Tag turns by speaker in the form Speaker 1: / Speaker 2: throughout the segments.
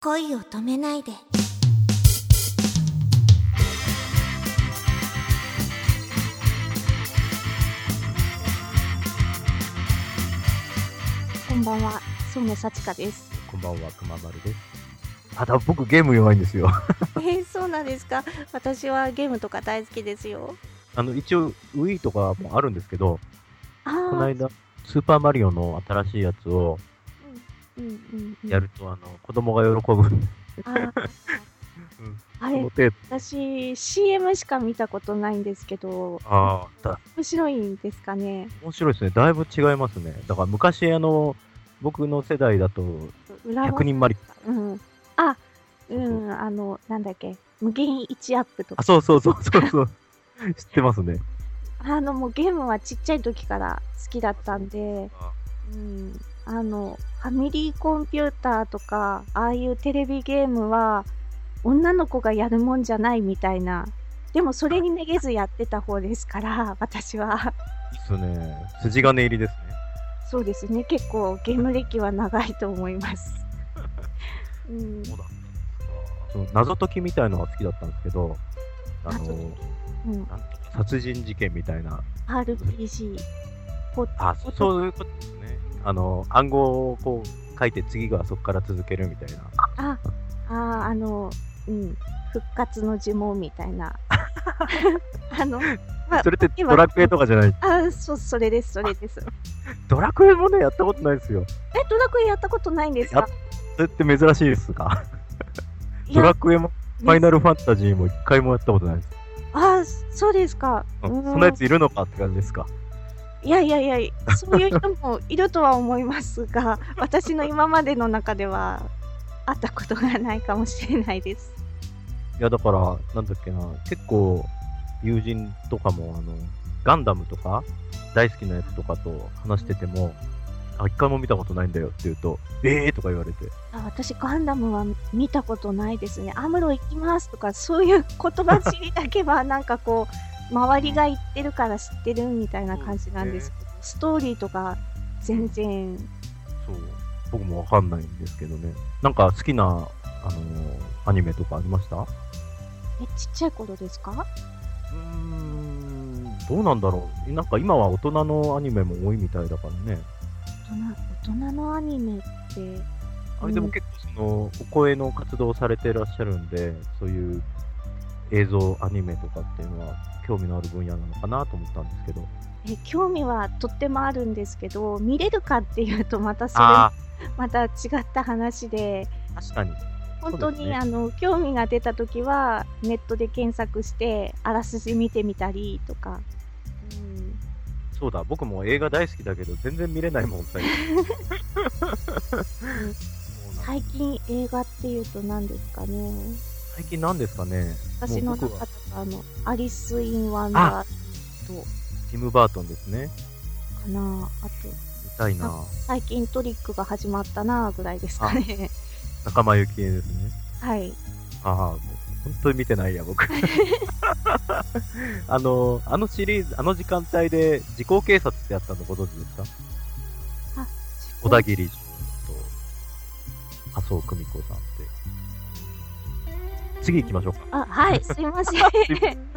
Speaker 1: 恋を止めないで
Speaker 2: こんばんは、ソメサチカです。
Speaker 3: こんばんは、くままるです。ただ僕ゲーム弱いんですよ。
Speaker 2: えー、そうなんですか。私はゲームとか大好きですよ。
Speaker 3: あの、一応、Wii とかもあるんですけど、
Speaker 2: あ
Speaker 3: この
Speaker 2: あ、
Speaker 3: 間、スーパーマリオの新しいやつを
Speaker 2: うんうんうん。
Speaker 3: やると、あの、子供が喜ぶ。
Speaker 2: あーあ
Speaker 3: その
Speaker 2: れ、
Speaker 3: 程度。
Speaker 2: 私 CM しか見たことないんですけど、
Speaker 3: ああ、だ、
Speaker 2: 面白いんですかね。
Speaker 3: 面白いですね。だいぶ違いますね。だから昔、あの、僕の世代だと、
Speaker 2: 裏
Speaker 3: 100
Speaker 2: 技
Speaker 3: 人マリオ。
Speaker 2: うん。あ、うん、あの、なんだっけ、無限1アップと
Speaker 3: あ、
Speaker 2: か。
Speaker 3: そうそうそうそうそう。 知ってますね。
Speaker 2: あの、もうゲームはちっちゃい時から好きだったんで、
Speaker 3: あ
Speaker 2: うん。あの、ファミリーコンピューターとか、ああいうテレビゲームは、女の子がやるもんじゃないみたいな。でもそれにめげずやってた方ですから、 私は。
Speaker 3: いいっすね。筋金入りですね。
Speaker 2: そうですね、結構ゲーム歴は長いと思います。うん、
Speaker 3: そうだその謎解きみたいのが好きだったんですけど、あ
Speaker 2: 謎
Speaker 3: の、
Speaker 2: うん、
Speaker 3: なんとか殺人事件みたいな
Speaker 2: RPG、ポ
Speaker 3: あ、そ
Speaker 2: 音
Speaker 3: そういうことですね。あの、暗号をこう書いて次がそこから続けるみたいな。
Speaker 2: あ、あー、あの、うん、復活の呪文みたいな。 あの、あ
Speaker 3: それって
Speaker 2: 今
Speaker 3: ドラクエとかじゃない。
Speaker 2: あ、そう、それです、それです。え、
Speaker 3: ドラクエもね、やったことないですよ。
Speaker 2: ドラクエやったことないんですか
Speaker 3: それって珍しいですか
Speaker 2: い
Speaker 3: ド
Speaker 2: や
Speaker 3: ラクエも、ファイナルファンタジーも一回もやったことないです。
Speaker 2: あー、そうですか。
Speaker 3: う
Speaker 2: うん
Speaker 3: んそんなやついるのかって感じですか。
Speaker 2: いやいやい や、そういう人もいるとは思いますが、私の今までの中では会ったことがないかもしれないです。
Speaker 3: いや、だから、なんだっけな、結構、友人とかも、あの、ガンダムとか、大好きなやつとかと話してても、あ、一回も見たことないんだよって言うと、えーとか言われて、
Speaker 2: あ私、ガンダムは見たことないですね。アムロ行きますとか、そういう言葉知りだけは、なんかこう、周りが言ってるから知ってるみたいな感じなんですけど、ストーリーとか全然、
Speaker 3: そう、僕もわかんないんですけどね。なんか好きな、あのーアニメとかありましたう
Speaker 2: え、ちっちゃい頃ですか
Speaker 3: ーん、どうなんだろう。なんか今は大人のアニメも多いみたいだからね。
Speaker 2: 大人大人のアニメって、
Speaker 3: あれでも結構その、お声の活動をされてらっしゃるんで、そういう映像アニメとかっていうのは興味のある分野なのかなと思ったんですけど。
Speaker 2: え興味はとってもあるんですけど見れるかっていうとまたそれ
Speaker 3: あ
Speaker 2: また違った話で
Speaker 3: あ、確かに。
Speaker 2: 本当
Speaker 3: そう
Speaker 2: に、
Speaker 3: ですね
Speaker 2: あの興味が出た時はネットで検索してあらすじ見てみたりとか、うん、
Speaker 3: そうだ、僕も映画大好きだけど、全然見れないもん、最近。 そうなん
Speaker 2: 最近映画っていうと何ですかね
Speaker 3: 最近なんですかね。
Speaker 2: 私の
Speaker 3: も
Speaker 2: 中
Speaker 3: う僕
Speaker 2: だ
Speaker 3: は
Speaker 2: とあのアリス・イン・ワンダーと
Speaker 3: ティム・バートンですね。
Speaker 2: かなあと
Speaker 3: 見たいな。
Speaker 2: 最近トリックが始まったなぐらいですかね
Speaker 3: 仲間由紀恵ですね。
Speaker 2: はい
Speaker 3: ああ、もう本当に見てないや、僕。あの、あのシリーズ、あの時間帯で、時効警察ってやったのご存知ですか
Speaker 2: あ
Speaker 3: 小田切城と麻生久美子さんって。次行きましょうか。
Speaker 2: あはいすいません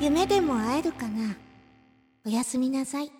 Speaker 1: 夢でも会えるかなおやすみなさい